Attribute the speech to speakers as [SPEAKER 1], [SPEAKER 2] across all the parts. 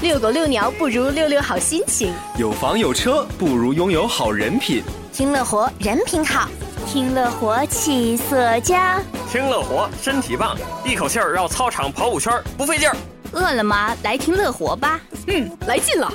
[SPEAKER 1] 遛狗遛鸟不如遛遛好心情，
[SPEAKER 2] 有房有车不如拥有好人品。
[SPEAKER 3] 听乐活，人品好；
[SPEAKER 4] 听乐活，气色佳；
[SPEAKER 5] 听乐活，身体棒。一口气儿绕操场跑五圈不费劲儿。
[SPEAKER 6] 饿了吗？来听乐活吧。
[SPEAKER 1] 嗯，来劲了。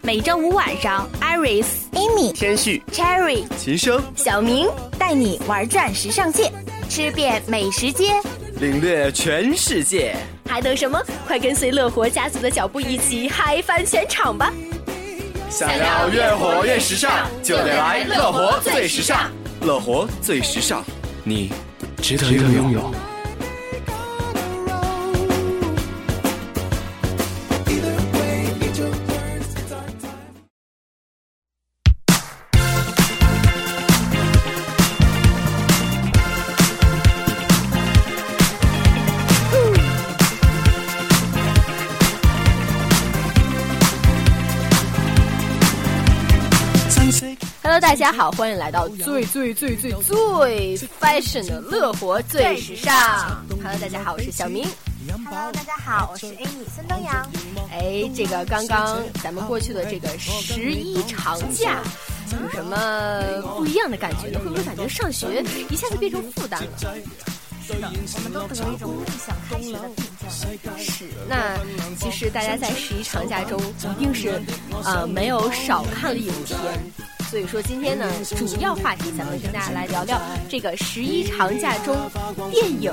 [SPEAKER 6] 每周五晚上，Iris、
[SPEAKER 3] Amy、
[SPEAKER 5] 天旭、
[SPEAKER 3] Cherry、
[SPEAKER 2] 琴声、
[SPEAKER 1] 小明
[SPEAKER 3] 带你玩转时尚界，
[SPEAKER 4] 吃遍美食街，
[SPEAKER 2] 领略全世界。
[SPEAKER 1] 还等什么？快跟随乐活家族的脚步，一起嗨翻全场吧！
[SPEAKER 2] 想要越活越时尚，就得来乐活最时尚。乐活最时尚，你值得拥有。
[SPEAKER 1] Hello，大家好，欢迎来到最最最最最 fashion 的乐活最时尚。Hello，大家好，我是小明。
[SPEAKER 3] Hello，大家好，我是 Amy 孙登阳。
[SPEAKER 1] 哎，这个刚刚咱们过去的这个十一长假，有什么不一样的感觉呢？会不会感觉上学一下子变成负担了？
[SPEAKER 3] 是的，我们都有一种梦想开学
[SPEAKER 1] 嗯
[SPEAKER 3] 的平静。
[SPEAKER 1] 是，那其实大家在十一长假中一定是呃没有少看了影片。所以说今天呢，主要话题想会跟大家来聊聊这个十一长假中电影。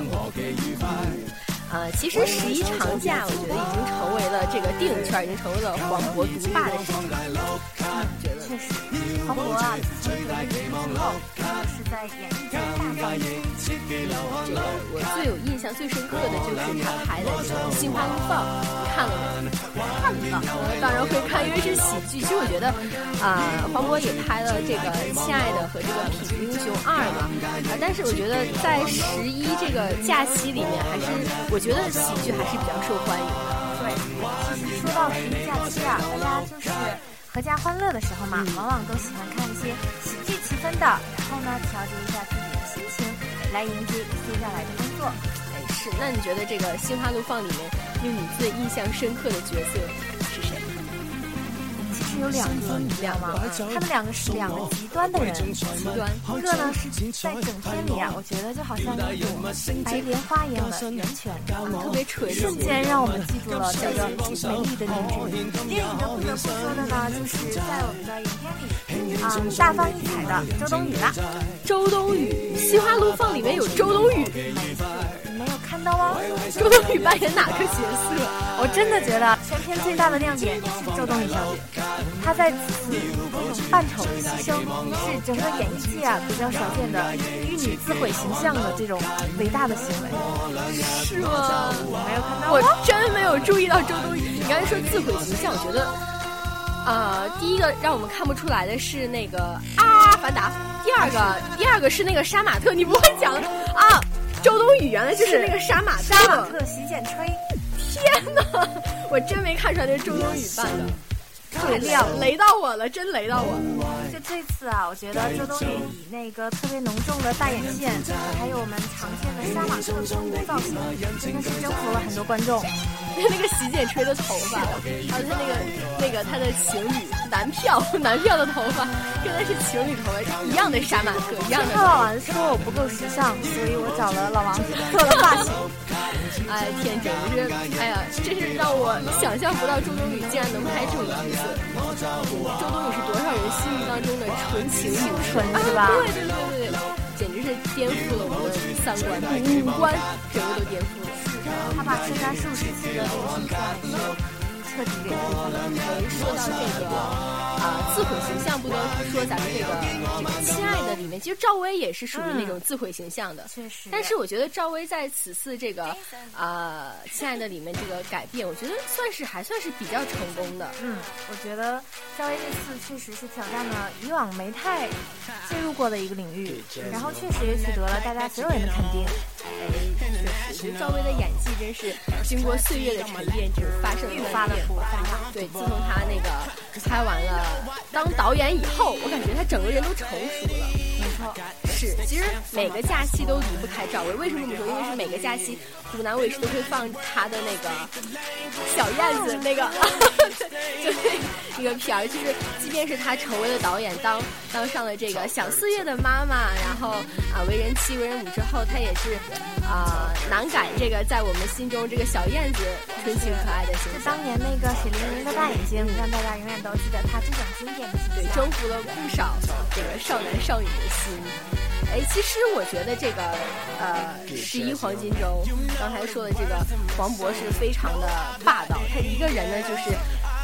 [SPEAKER 1] 呃，其实十一长假，我觉得已经成为了这个电影圈已经成为了黄渤独霸的事情。
[SPEAKER 3] 确实，黄渤啊，自从得知之后，是在演艺界大放异
[SPEAKER 1] 这个我最有印象、最深刻的就是他拍的这个《心花怒放》，看了吗？
[SPEAKER 3] 看了，
[SPEAKER 1] 当然会看，因为是喜剧。其实我觉得，啊、黄渤也拍了这个《亲爱的》和这个《痞子英雄二》嘛，啊、但是我觉得在十一这个假期里面，还是我觉得喜剧还是比较受欢迎的。
[SPEAKER 3] 对，其实说到十一假期啊，大家就是合家欢乐的时候嘛，往往都喜欢看一些喜剧气氛的，然后呢，调节一下自己的心情，来迎接接下来的工作。
[SPEAKER 1] 哎，是。那你觉得这个《心花怒放》里面令你最印象深刻的角色是谁？
[SPEAKER 3] 其实有两个，你知道吗？他们两个是两个极端的人，极
[SPEAKER 1] 端
[SPEAKER 3] 一个呢是在整天里啊，我觉得就好像一朵白莲花一样的源泉，
[SPEAKER 1] 特别纯
[SPEAKER 3] 瞬
[SPEAKER 1] 洁。
[SPEAKER 3] 间让我们记住了这个美丽的女子。另一个不得不说的呢，就是在我们的影片里啊、大放异彩的周冬雨啦，
[SPEAKER 1] 周冬雨，《心花怒放》里面有周冬雨，
[SPEAKER 3] 你没有看到吗？
[SPEAKER 1] 周冬雨扮演哪个角色？
[SPEAKER 3] 我真的觉得全片最大的亮点是周冬雨小姐，她在此次扮丑牺牲，是整个演艺界啊比较少见的与女自毁形象的这种伟大的行为。
[SPEAKER 1] 是吗？
[SPEAKER 3] 没有 看到
[SPEAKER 1] 我
[SPEAKER 3] 吗？
[SPEAKER 1] 真没有注意到周冬雨。你刚才说自毁形象，我觉得，呃，第一个让我们看不出来的是那个阿凡达，第二个第二个是那个杀马特。你不会讲啊？ 周冬雨原来就是那个杀马
[SPEAKER 3] 杀马
[SPEAKER 1] 特，
[SPEAKER 3] 特洗剪吹，
[SPEAKER 1] 天哪！我真没看出来这是周冬雨扮的，
[SPEAKER 3] 特亮。
[SPEAKER 1] 雷到我了，真雷到我了。
[SPEAKER 3] 就这次啊，我觉得周冬雨以那个特别浓重的大眼线，还有我们常见的杀马特风的造型，真的是征服了很多观众。
[SPEAKER 1] 那个洗剪吹的头发，还有他那个那个他的情侣男票 男票的头发，跟他是情侣头发一样的杀马特，一样的
[SPEAKER 3] 怕老王说我不够时尚，所以我找了老王做了 发型。
[SPEAKER 1] 哎，天，简直是，哎呀，真是让我想象不到周冬雨竟然能拍这种角色。周冬雨是多少人心目当中的纯情女
[SPEAKER 3] 纯是吧
[SPEAKER 1] 啊？对对对对对，简直是颠覆了我们三观、五官，整个都颠覆了。
[SPEAKER 3] 他把深山术士系的那个形象彻底给推翻了。
[SPEAKER 1] 哎，说到这个啊、自毁形象，不得不说咱们这个这个《亲爱的》里面，其实赵薇也是属于那种自毁形象的。
[SPEAKER 3] 嗯确实
[SPEAKER 1] 但是我觉得赵薇在此次这个呃《亲爱的》里面这个改变，我觉得算是还算是比较成功的。
[SPEAKER 3] 嗯，我觉得赵薇这次确实是挑战了以往没太介入过的一个领域，然后确实也取得了大家所有人的肯定。
[SPEAKER 1] 确实，赵薇的演技真是经过岁月的沉淀，就是发生了
[SPEAKER 3] 愈发的
[SPEAKER 1] 变
[SPEAKER 3] 不
[SPEAKER 1] 化。
[SPEAKER 3] 发亮
[SPEAKER 1] 对，自从她那个拍完了当导演以后，我感觉她整个人都成熟了。
[SPEAKER 3] 没错，
[SPEAKER 1] 是，其实每个假期都离不开赵薇。为什么这么说？因为是每个假期湖南卫视都会放她的那个小燕子，那个 就是那个片儿，就是即便是她成为了导演，当当上了这个小四月的妈妈，然后啊为人妻、为人母之后，她也是啊、难改这个在我们心中这个小燕子纯情可爱的形
[SPEAKER 3] 是
[SPEAKER 1] 象。
[SPEAKER 3] 当年那个水灵灵的大眼睛，让大家永远都记得她这种经典的啊
[SPEAKER 1] 对
[SPEAKER 3] 形，象。
[SPEAKER 1] 征服了不少这个少男少女的心。哎，其实我觉得这个呃十一黄金周，刚才说的这个黄渤是非常的霸道，他一个人呢就是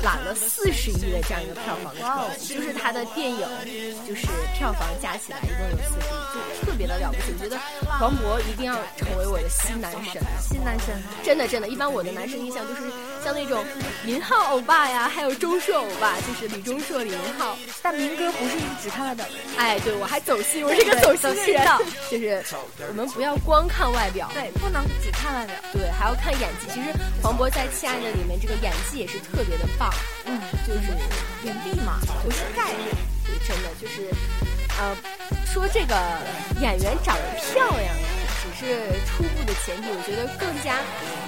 [SPEAKER 1] 揽了四十亿的这样一个票房的成绩，就是他的电影就是票房加起来一共有四十亿，就特别的了不起。我觉得黄渤一定要成为我的新男神。
[SPEAKER 3] 新男神，
[SPEAKER 1] 真的真的，一般我的男生印象就是像那种林浩欧巴呀，还有钟硕欧巴，就是李钟硕、李林浩，
[SPEAKER 3] 但民歌不是一直看到的，
[SPEAKER 1] 哎，对我还走心，我是个走心的人。就是我们不要光看外表，
[SPEAKER 3] 对，不能只看外表。
[SPEAKER 1] 对，还要看演技。其实黄渤在《亲爱的》里面这个演技也是特别的棒，
[SPEAKER 3] 嗯，
[SPEAKER 1] 就是
[SPEAKER 3] 影帝嘛，
[SPEAKER 1] 不是概念，对真的就是，呃，说这个演员长得漂亮呀，只是初步的前提，我觉得更加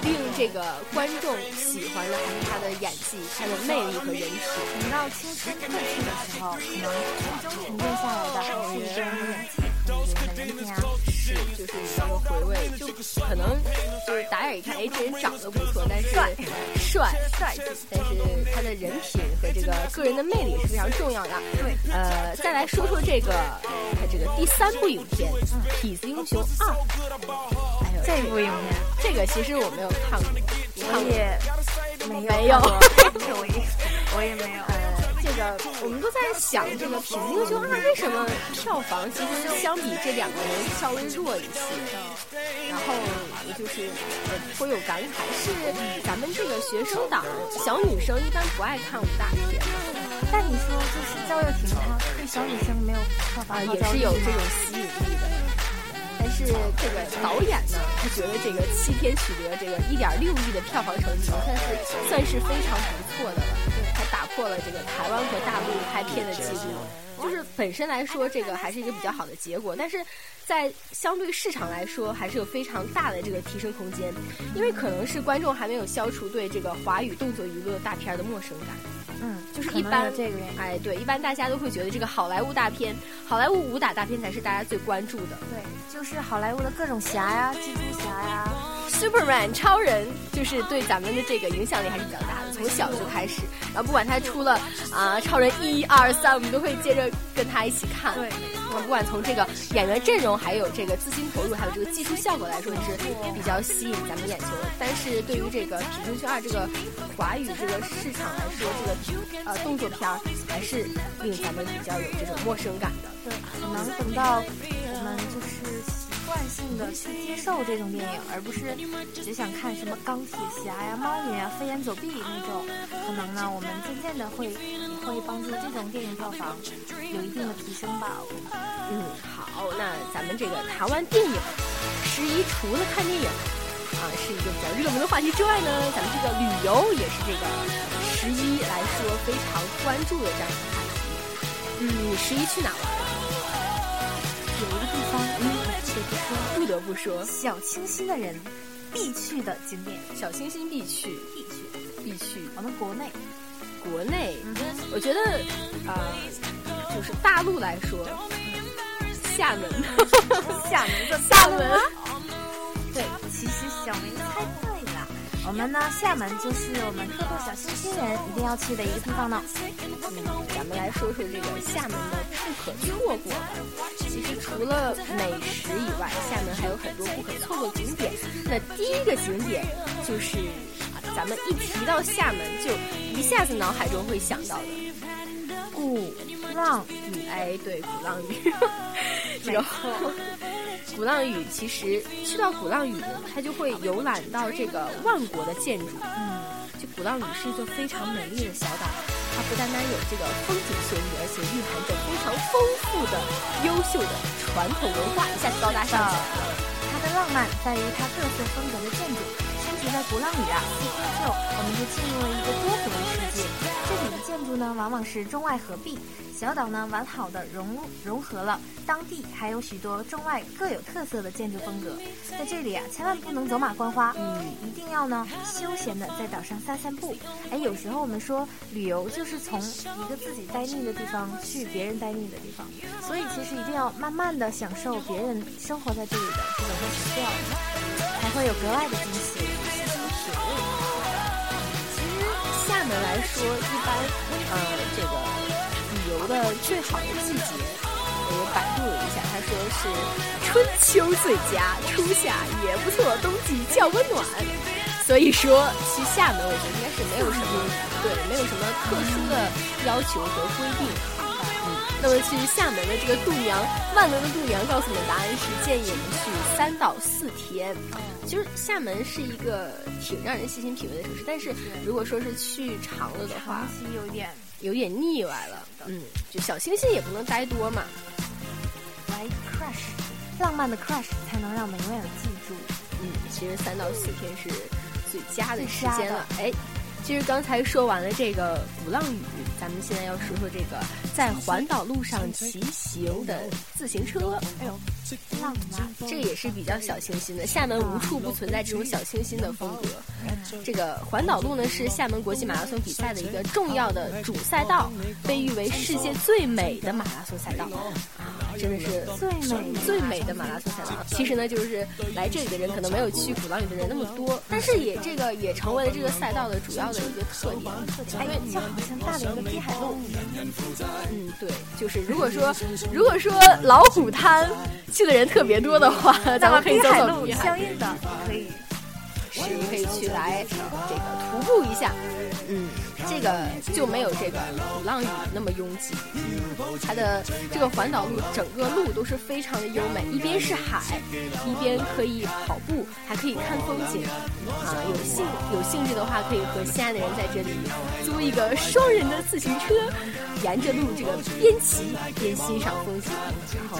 [SPEAKER 1] 令这个观众喜欢的还是他的演技、他的魅力和人品。
[SPEAKER 3] 等到青春褪去的时候，可能最终沉淀下来的还是一个人的演技和一个人的能力啊。
[SPEAKER 1] 是，就是你稍微回味，就可能就是打眼一看，哎，这人长得不错，但是
[SPEAKER 3] 帅
[SPEAKER 1] 帅帅，但是他的人品和这个个人的魅力也是非常重要的。对，呃，再来说说这个呃他这个第三部影片《痞子英雄二》，哎呦，
[SPEAKER 3] 这部影片
[SPEAKER 1] 这个其实我没有看过，你看过
[SPEAKER 3] 我
[SPEAKER 1] 吗
[SPEAKER 3] 也
[SPEAKER 1] 没
[SPEAKER 3] 没有，
[SPEAKER 1] 有
[SPEAKER 3] 对我也我也没有。
[SPEAKER 1] 呃，这个我们都在想，这个《痞子英雄二》啊为什么票房其实相比这两个人稍微弱一些？然后我就是呃颇有感慨，是咱们这个学生党小女生一般不爱看武打片
[SPEAKER 3] 但你说，就是赵又廷他对小女生没有办
[SPEAKER 1] 啊、
[SPEAKER 3] 法，
[SPEAKER 1] 也是有这种吸引力的。但是这个导演呢，他觉得这个七天取得这个一点六亿的票房成绩，算是算是非常不错的了。他打破了这个台湾和大陆拍片的记录，就是本身来说，这个还是一个比较好的结果。但是在相对市场来说，还是有非常大的这个提升空间，因为可能是观众还没有消除对这个华语动作娱乐大片儿的陌生感。
[SPEAKER 3] 嗯，
[SPEAKER 1] 就是
[SPEAKER 3] 可
[SPEAKER 1] 一
[SPEAKER 3] 能
[SPEAKER 1] 般
[SPEAKER 3] 有这个原因。
[SPEAKER 1] 哎，对，一般大家都会觉得这个好莱坞大片，好莱坞武打大片才是大家最关注的。
[SPEAKER 3] 对，就是好莱坞的各种侠呀，蜘蛛侠呀，
[SPEAKER 1] Superman 超人就是对咱们的这个影响力还是比较大的，从小就开始，然后不管他出了啊、超人一二三，我们都会接着跟他一起看。
[SPEAKER 3] 对，
[SPEAKER 1] 我不管从这个演员阵容，还有这个资金投入，还有这个技术效果来说，也是比较吸引咱们眼球的。但是对于这个《痞子英雄二》这个华语这个市场来说，这个呃动作片儿还是令咱们比较有这种陌生感的。
[SPEAKER 3] 对，可能等到我们就是习惯性的去接受这种电影，而不是只想看什么钢铁侠呀、猫女呀、飞檐走壁那种，可能呢，我们渐渐的会也会帮助这种电影票房有一定的提升吧。
[SPEAKER 1] 嗯，好，那咱们这个谈完电影，十一除了看电影啊是一个比较热门的话题之外呢，咱们这个旅游也是这个十一来说非常关注的这样一个话题。嗯，你十一去哪玩了？
[SPEAKER 3] 有一个地方，嗯，谁不说？
[SPEAKER 1] 不得不说，
[SPEAKER 3] 小清新的人必去的景点，
[SPEAKER 1] 小清新必去，必去，必去。
[SPEAKER 3] 我们国内，嗯
[SPEAKER 1] 国内，我觉得啊、就是大陆来说，嗯厦门，
[SPEAKER 3] 厦门的
[SPEAKER 1] 厦门。
[SPEAKER 3] 对，其实小明猜对了。我们呢，厦门就是我们各路小清新人一定要去的一个地方呢。
[SPEAKER 1] 咱们来说说这个厦门的不可错过吧。其实除了美食以外，厦门还有很多不可错过的景点。那第一个景点就是咱们一提到厦门，就一下子脑海中会想到的，
[SPEAKER 3] 鼓浪
[SPEAKER 1] 嗯哎，对，鼓浪屿。然后， 鼓浪屿其实去到鼓浪屿呢，它就会游览到这个万国的建筑。
[SPEAKER 3] 嗯，
[SPEAKER 1] 这鼓浪屿是一座非常美丽的小岛，它不单单有这个风景秀丽，而且蕴含着非常丰富的、优秀的传统文化，一下子高大上起来了。
[SPEAKER 3] 它的浪漫在于它各色风格的建筑，甚至现在鼓浪屿啊，四出之后，我们就进入了一个多湖的世界。这里的建筑呢，往往是中外合璧，小岛呢完好的融入融合了当地还有许多中外各有特色的建筑风格。在这里啊，千万不能走马观花，嗯，一定要呢休闲的在岛上散散步。哎，有时候我们说旅游就是从一个自己待腻的地方去别人待腻的地方，所以其实一定要慢慢的享受别人生活在这里的这种味调，才会有格外的惊喜。
[SPEAKER 1] 其实厦门来说，一般呃这个旅游的最好的季节，我百度了一下，他说是春秋最佳，初夏也不错，冬季较温暖。所以说去厦门，我觉得应该是没有什么对，没有什么特殊的要求和规定。嗯，那么去厦门的这个度娘，万能的度娘告诉我们答案是建议我们去三到四天。其实厦门是一个挺让人细心品味的城市，但是如果说是去长了的话，
[SPEAKER 3] 长期有点
[SPEAKER 1] 有点腻歪了。嗯，就小清新也不能待多嘛。
[SPEAKER 3] 来 crush，浪漫的 crush 才能让梅威尔记住。
[SPEAKER 1] 嗯，其实三到四天是最佳的时
[SPEAKER 3] 最
[SPEAKER 1] 间
[SPEAKER 3] 佳
[SPEAKER 1] 了
[SPEAKER 3] 的。
[SPEAKER 1] 哎，其实刚才说完了这个鼓浪屿，咱们现在要说说这个在环岛路上骑行的自行车，嗯
[SPEAKER 3] 浪漫，
[SPEAKER 1] 这也是比较小清新的。厦门无处不存在这种小清新的风格。这个环岛路呢是厦门国际马拉松比赛的一个重要的主赛道，被誉为世界最美的马拉松赛道。啊，真的是
[SPEAKER 3] 最美的
[SPEAKER 1] 最美的马拉松赛道。其实呢，就是来这里的人可能没有去鼓浪屿的人那么多，但是也这个也成为了这个赛道的主要的一个特点。
[SPEAKER 3] 哎，就好像大连的滨海路，
[SPEAKER 1] 嗯，对，就是如果说如果说老虎滩去的人特别多的话，咱
[SPEAKER 3] 那
[SPEAKER 1] 们
[SPEAKER 3] 么
[SPEAKER 1] 可以
[SPEAKER 3] 滨
[SPEAKER 1] 走
[SPEAKER 3] 海
[SPEAKER 1] 走
[SPEAKER 3] 路
[SPEAKER 1] 滨海
[SPEAKER 3] 相应的可以。
[SPEAKER 1] 是可以去来这个徒步一下。嗯，这个就没有这个鼓浪屿那么拥挤。它的这个环岛路，整个路都是非常的优美，一边是海，一边可以跑步，还可以看风景。啊，有兴有兴致的话，可以和心爱的人在这里租一个双人的自行车，沿着路这个边骑边欣赏风景，然后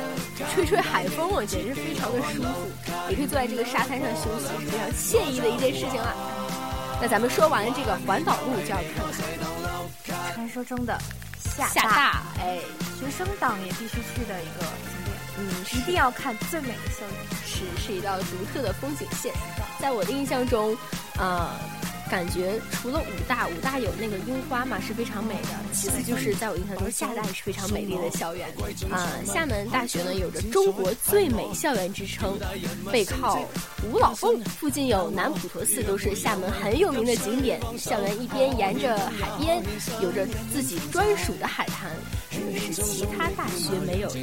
[SPEAKER 1] 吹吹海风，我觉得是非常的舒服。也可以坐在这个沙滩上休息，是非常惬意的一件事情啊。那咱们说完了这个环岛路，就要看看
[SPEAKER 3] 传说中的厦
[SPEAKER 1] 厦
[SPEAKER 3] 大，
[SPEAKER 1] 大，哎，
[SPEAKER 3] 学生党也必须去的一个景点，
[SPEAKER 1] 嗯，
[SPEAKER 3] 一定要看最美的校园。
[SPEAKER 1] 是是一道独特的风景线。在我的印象中，呃，感觉除了武大，武大有那个樱花嘛，是非常美的。其次就是在我印象中，厦大也是非常美丽的校园。啊、厦门大学呢有着中国最美校园之称，背靠五老峰，附近有南普陀寺，都是厦门很有名的景点。校园一边沿着海边，有着自己专属的海滩，这个是其他大学没有的，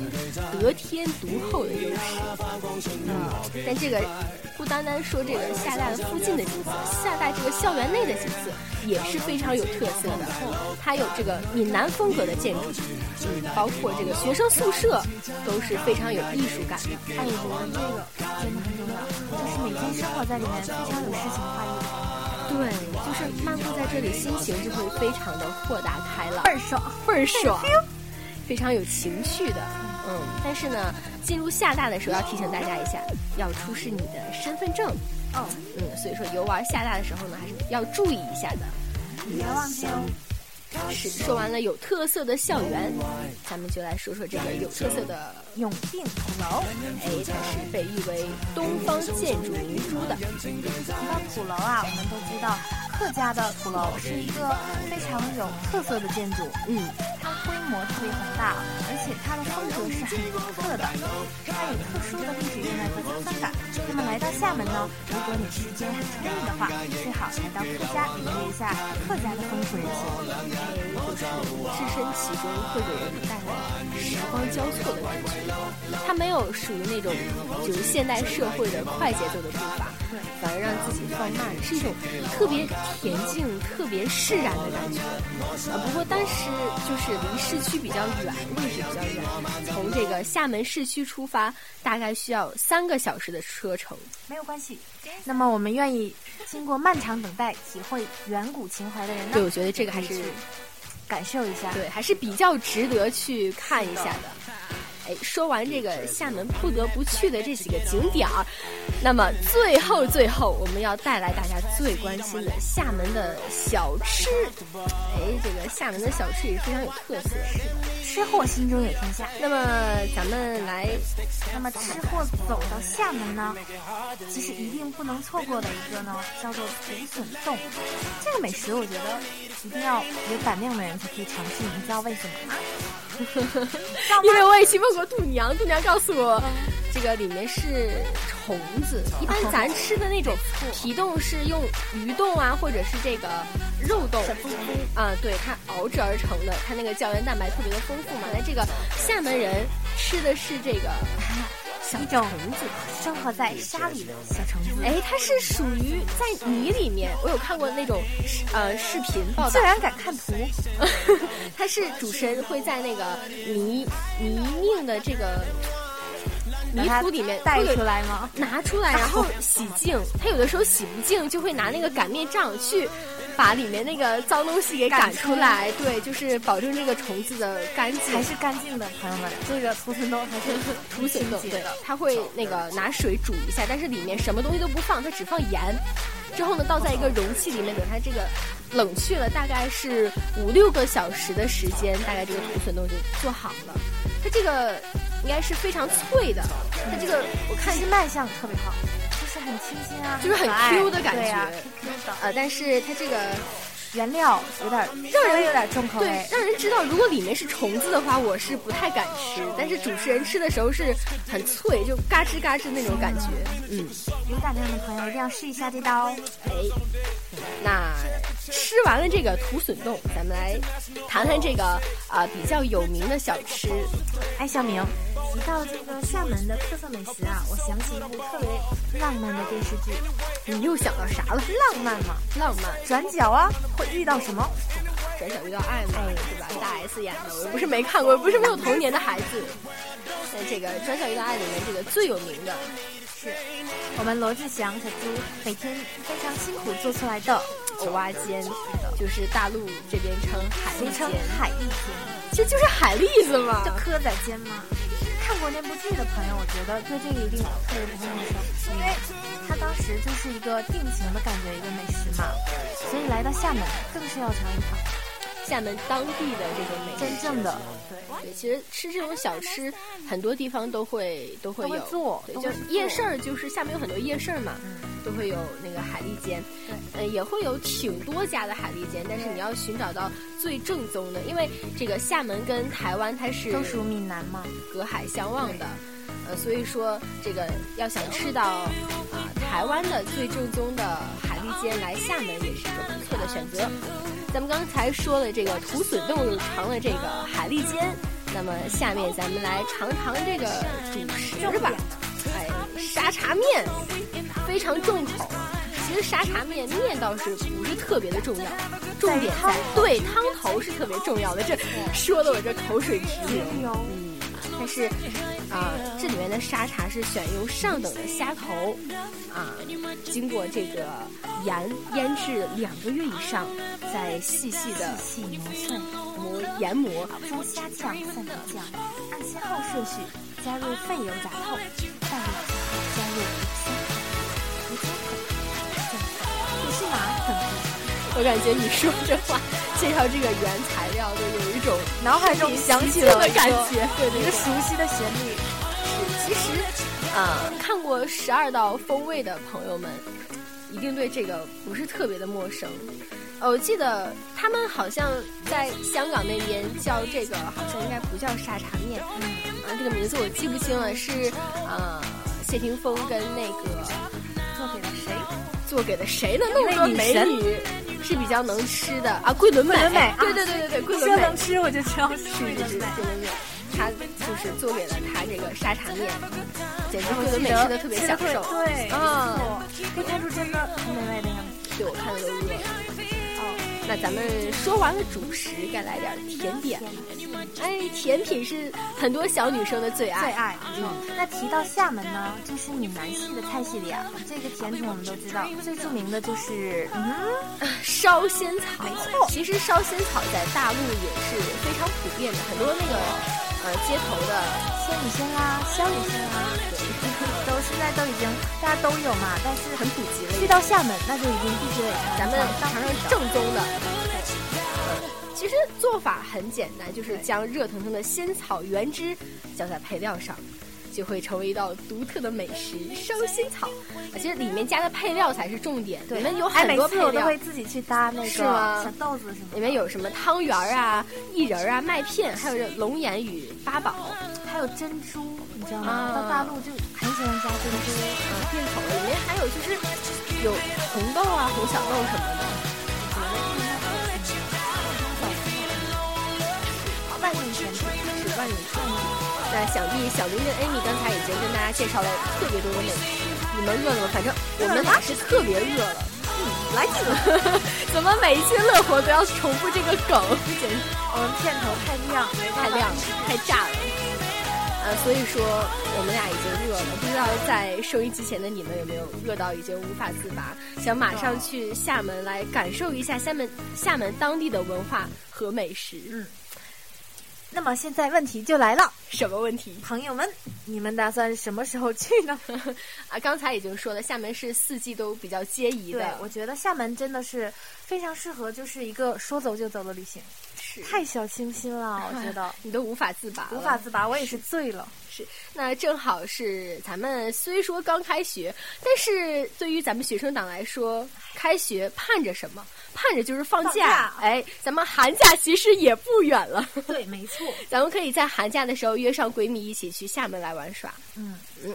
[SPEAKER 1] 得天独厚的优势。但这个不单单说这个厦大的附近的景色，厦大这个校园内的景色也是非常有特色的。它有这个闽南风格的建筑，嗯，包括这个学生宿舍都是非常有艺术感的。
[SPEAKER 3] 哎，我觉得这个真的很重要，就是每天生活在里面非常有诗情画意，
[SPEAKER 1] 对，就是漫步在这里，心情就会非常的豁达开朗，
[SPEAKER 3] 倍儿爽。
[SPEAKER 1] 倍儿爽，非常有情趣的。嗯，但是呢，进入厦大的时候要提醒大家一下，要出示你的身份证。
[SPEAKER 3] 哦，
[SPEAKER 1] 嗯，所以说游玩厦大的时候呢，还是要注意一下的。
[SPEAKER 3] 别忘记哦，
[SPEAKER 1] 是说完了有特色的校园，咱们就来说说这个有特色的，
[SPEAKER 3] 永定鼓楼。
[SPEAKER 1] 哎，它是被誉为东方建筑明珠的。
[SPEAKER 3] 提到鼓楼啊，我们都知道客家的鼓楼是一个非常有特色的建筑，
[SPEAKER 1] 嗯，
[SPEAKER 3] 它规模特别宏大，而且它的风格是很独特的，它有特殊的历史年代和沧桑感。那么来到厦门呢，如果你时间很充裕的话，最好来到客家领略一下客家的风土人情。
[SPEAKER 1] 哎，就是置身其中会给人带来时光交错的感觉。它没有属于那种就是现代社会的快节奏的步伐，反而让自己放慢，是一种特别恬静、特别释然的感觉。啊，不过当时就是离市区比较远，位置比较远，从这个厦门市区出发，大概需要三个小时的车程。
[SPEAKER 3] 没有关系。那么我们愿意经过漫长等待，体会远古情怀的人
[SPEAKER 1] 对，
[SPEAKER 3] 呢，
[SPEAKER 1] 我觉得这个还是
[SPEAKER 3] 感受一下。
[SPEAKER 1] 对，还是比较值得去看一下的。哎，说完这个厦门不得不去的这几个景点儿，那么最后最后，我们要带来大家最关心的厦门的小吃。哎，这个厦门的小吃也是非常有特色。
[SPEAKER 3] 吃货心中有天下。
[SPEAKER 1] 那么咱们来，
[SPEAKER 3] 那么吃货走到厦门呢，其实一定不能错过的一个呢，叫做土笋冻。这个美食我觉得一定要有胆量的人才可以尝试，你知道为什么吗？
[SPEAKER 1] 因为我也去问过度娘，度娘告诉我，这个里面是虫子。一般咱吃的那种皮冻是用鱼冻啊，或者是这个肉冻啊，对，它熬制而成的，它那个胶原蛋白特别的丰富嘛。那这个厦门人吃的是这个小
[SPEAKER 3] 一种
[SPEAKER 1] 虫子。
[SPEAKER 3] 生活在沙里的小虫子。
[SPEAKER 1] 哎，它是属于在泥里面，我有看过那种视呃视频报道
[SPEAKER 3] 竟，哎然敢看图，
[SPEAKER 1] 它是主持人会在那个泥泥泞的这个泥土里面
[SPEAKER 3] 带
[SPEAKER 1] 会有
[SPEAKER 3] 出来吗？
[SPEAKER 1] 拿出来，然后洗净。它有的时候洗不净，就会拿那个擀面杖去把里面那个脏东西给
[SPEAKER 3] 擀
[SPEAKER 1] 擀出来。对，就是保证这个虫子的干净。
[SPEAKER 3] 还是干净的，朋友们，这个土笋冻还是
[SPEAKER 1] 土笋冻，
[SPEAKER 3] 清洁
[SPEAKER 1] 对
[SPEAKER 3] 的。，
[SPEAKER 1] 它会那个拿水煮一下，但是里面什么东西都不放，它只放盐。之后呢，倒在一个容器里面，等它这个冷却了，大概是五六个小时的时间，大概这个土笋冻就做好了。它这个应该是非常脆的，它这个我看
[SPEAKER 3] 看这卖相特别好，就是很清新啊，
[SPEAKER 1] 就是很
[SPEAKER 3] 可爱
[SPEAKER 1] Q 的感
[SPEAKER 3] 对啊
[SPEAKER 1] 觉，呃，但是它这个
[SPEAKER 3] 原料有点稍微有点重口
[SPEAKER 1] 对
[SPEAKER 3] 味，，
[SPEAKER 1] 让人知道，如果里面是虫子的话，我是不太敢吃。但是主持人吃的时候是很脆，就嘎吱嘎吱那种感觉。嗯，
[SPEAKER 3] 有胆量的朋友一定要试一下这道哦。
[SPEAKER 1] 哎，那吃完了这个土笋冻，咱们来谈谈这个啊、比较有名的小吃。
[SPEAKER 3] 哎，小明，提到这个厦门的特色美食啊，我想起一部特别浪漫的电视剧，
[SPEAKER 1] 你又想到啥了？
[SPEAKER 3] 浪漫嘛，
[SPEAKER 1] 浪漫，
[SPEAKER 3] 转角啊会遇到什么？
[SPEAKER 1] 转角遇到爱嘛，对吧？大 S 演的，我不是没看过，不是没有童年的孩子。在这个《转角遇到爱》里面，这个最有名的
[SPEAKER 3] 我们罗志祥小猪每天非常辛苦做出来的，
[SPEAKER 1] 藕蛙煎，就是大陆这边称海
[SPEAKER 3] 俗
[SPEAKER 1] 蛎
[SPEAKER 3] 称
[SPEAKER 1] 煎，
[SPEAKER 3] 海蛎煎，
[SPEAKER 1] 其实就是海蛎子嘛
[SPEAKER 3] 就。蚵仔煎吗？看过那部剧的朋友，我觉得对这个一定特别不会陌生，因为它当时就是一个定情的感觉，一个美食嘛，所以来到厦门更是要尝一尝
[SPEAKER 1] 厦门当地的这种美
[SPEAKER 3] 真正的，
[SPEAKER 1] 食，对，
[SPEAKER 3] 对，
[SPEAKER 1] 其实吃这种小吃，很多地方都会都会
[SPEAKER 3] 都会
[SPEAKER 1] 有。
[SPEAKER 3] 做
[SPEAKER 1] 对，
[SPEAKER 3] 都
[SPEAKER 1] 就
[SPEAKER 3] 会
[SPEAKER 1] 是
[SPEAKER 3] 做嗯
[SPEAKER 1] 夜市儿，就是厦门有很多夜市儿嘛，都会有那个海蛎煎，
[SPEAKER 3] 对
[SPEAKER 1] 呃，也会有挺多家的海蛎煎，但是你要寻找到最正宗的，因为这个厦门跟台湾它是
[SPEAKER 3] 都属闽南嘛。
[SPEAKER 1] 隔海相望的，呃，所以说这个要想吃到啊、台湾的最正宗的海蛎煎，来厦门也是一个不错的选择。咱们刚才说了这个土笋冻，又尝了这个海蛎煎，那么下面咱们来尝尝这个主食吧。哎，沙茶面非常重口。其实沙茶面面倒是不是特别的重要，重点在对汤头是特别重要的。这说的我这口水直流。嗯，但是啊、这里面的沙茶是选用上等的虾头啊、经过这个盐腌制两个月以上，再细细的
[SPEAKER 3] 细磨碎，
[SPEAKER 1] 磨研磨。
[SPEAKER 3] 将虾酱、蒜头酱按先后顺序加入沸油炸透，倒入加入虾头、胡椒粉、酱胡芝麻等入
[SPEAKER 1] 我感觉你说这话介绍这个原材料的有一种
[SPEAKER 3] 脑海中想起
[SPEAKER 1] 的
[SPEAKER 3] 了
[SPEAKER 1] 感觉，对
[SPEAKER 3] 一
[SPEAKER 1] 对对。
[SPEAKER 3] 个熟悉的旋律。
[SPEAKER 1] 其实，啊、看过《十二道风味》的朋友们，一定对这个不是特别的陌生。呃我记得他们好像在香港那边叫这个，好像应该不叫沙茶面，啊，这个名字我记不清了，是呃谢霆锋跟那个
[SPEAKER 3] 做给了谁？
[SPEAKER 1] 做给的谁的那么多
[SPEAKER 3] 一位女
[SPEAKER 1] 美
[SPEAKER 3] 神
[SPEAKER 1] 女是比较能吃的啊，桂纶镁，啊
[SPEAKER 3] 纶镁
[SPEAKER 1] 对对对对对，桂纶
[SPEAKER 3] 说
[SPEAKER 1] 镁
[SPEAKER 3] 能吃我就知道是
[SPEAKER 1] 是是是，桂纶镁，他就是做给了他这个沙茶面，简直桂纶镁吃的特别享受。
[SPEAKER 3] 对，
[SPEAKER 1] 啊，
[SPEAKER 3] 可以看出真的很美味的样子。
[SPEAKER 1] 对我看了都饿了。哦，那咱们说完了主食，该来点甜点了。哎，甜品是很多小女生的最爱。
[SPEAKER 3] 最爱。嗯那提到厦门呢，就是闽南系的菜系里啊，这个甜品我们都知道，最著名的就是嗯，
[SPEAKER 1] 烧仙草，其实烧仙草在大陆也是非常普遍的，很多那个呃街头的
[SPEAKER 3] 千里轩啦、萧雨轩啦， 都现在都已经大家都有嘛，但是
[SPEAKER 1] 很普及了
[SPEAKER 3] 去到厦门那就已经地质了。
[SPEAKER 1] 咱们
[SPEAKER 3] 当
[SPEAKER 1] 尝尝正宗的。其实做法很简单，就是将热腾腾的仙草原汁浇在配料上，就会成为一道独特的美食——烧仙草。啊其实里面加的配料才是重点，里面有
[SPEAKER 3] 哎，
[SPEAKER 1] 很
[SPEAKER 3] 每
[SPEAKER 1] 多
[SPEAKER 3] 次
[SPEAKER 1] 配
[SPEAKER 3] 我都
[SPEAKER 1] 料
[SPEAKER 3] 会，自己去搭那个
[SPEAKER 1] 是吗
[SPEAKER 3] 小豆子什么的，
[SPEAKER 1] 里面有什么汤圆儿啊、薏仁儿啊、麦片，还有这龙眼与八宝。
[SPEAKER 3] 还有珍珠，你知道吗？
[SPEAKER 1] 啊
[SPEAKER 3] 到大陆就很喜欢加珍珠。
[SPEAKER 1] 嗯，变口了。里面还有就是有红豆啊、红小豆什么的。
[SPEAKER 3] 万年甜品是万年甜品，
[SPEAKER 1] 那想必小林跟 Amy 刚才已经跟大家介绍了特别多的美食，你们饿了吗？反正我们俩是特别饿了。嗯，来劲了！ 怎么每一期乐活都要重复这个梗？简直
[SPEAKER 3] 我们哦片头太亮，没 办
[SPEAKER 1] 太
[SPEAKER 3] 法
[SPEAKER 1] 亮了，太炸了。呃，所以说我们俩已经饿了，不知道在收音机前的你们有没有饿到已经无法自拔，想马上去厦门来感受一下厦门厦门当地的文化和美食。嗯，
[SPEAKER 3] 那么现在问题就来了，
[SPEAKER 1] 什么问题？
[SPEAKER 3] 朋友们，你们打算什么时候去呢？
[SPEAKER 1] 啊，刚才已经说了，厦门是四季都比较皆宜
[SPEAKER 3] 对
[SPEAKER 1] 的，，
[SPEAKER 3] 我觉得厦门真的是非常适合，就是一个说走就走的旅行，
[SPEAKER 1] 是
[SPEAKER 3] 太小清新 了，我觉得
[SPEAKER 1] 你都无法自拔了，
[SPEAKER 3] 无法自拔，我也是醉了。
[SPEAKER 1] 是。那正好是咱们虽说刚开学，但是对于咱们学生党来说，开学盼着什么？盼着就是放假。
[SPEAKER 3] 放假
[SPEAKER 1] 哎，咱们寒假其实也不远了，
[SPEAKER 3] 对，没错，
[SPEAKER 1] 咱们可以在寒假的时候约上闺蜜一起去厦门来玩耍。
[SPEAKER 3] 嗯
[SPEAKER 1] 嗯。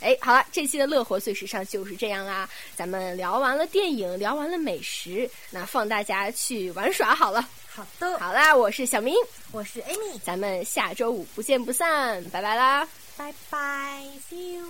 [SPEAKER 1] 哎，好了，这期的乐活最时尚就是这样啦。咱们聊完了电影，聊完了美食，那放大家去玩耍好了。
[SPEAKER 3] 好的，
[SPEAKER 1] 好啦，我是小明，
[SPEAKER 3] 我是 Amy，
[SPEAKER 1] 咱们下周五不见不散，拜拜啦。
[SPEAKER 3] 拜拜，See you。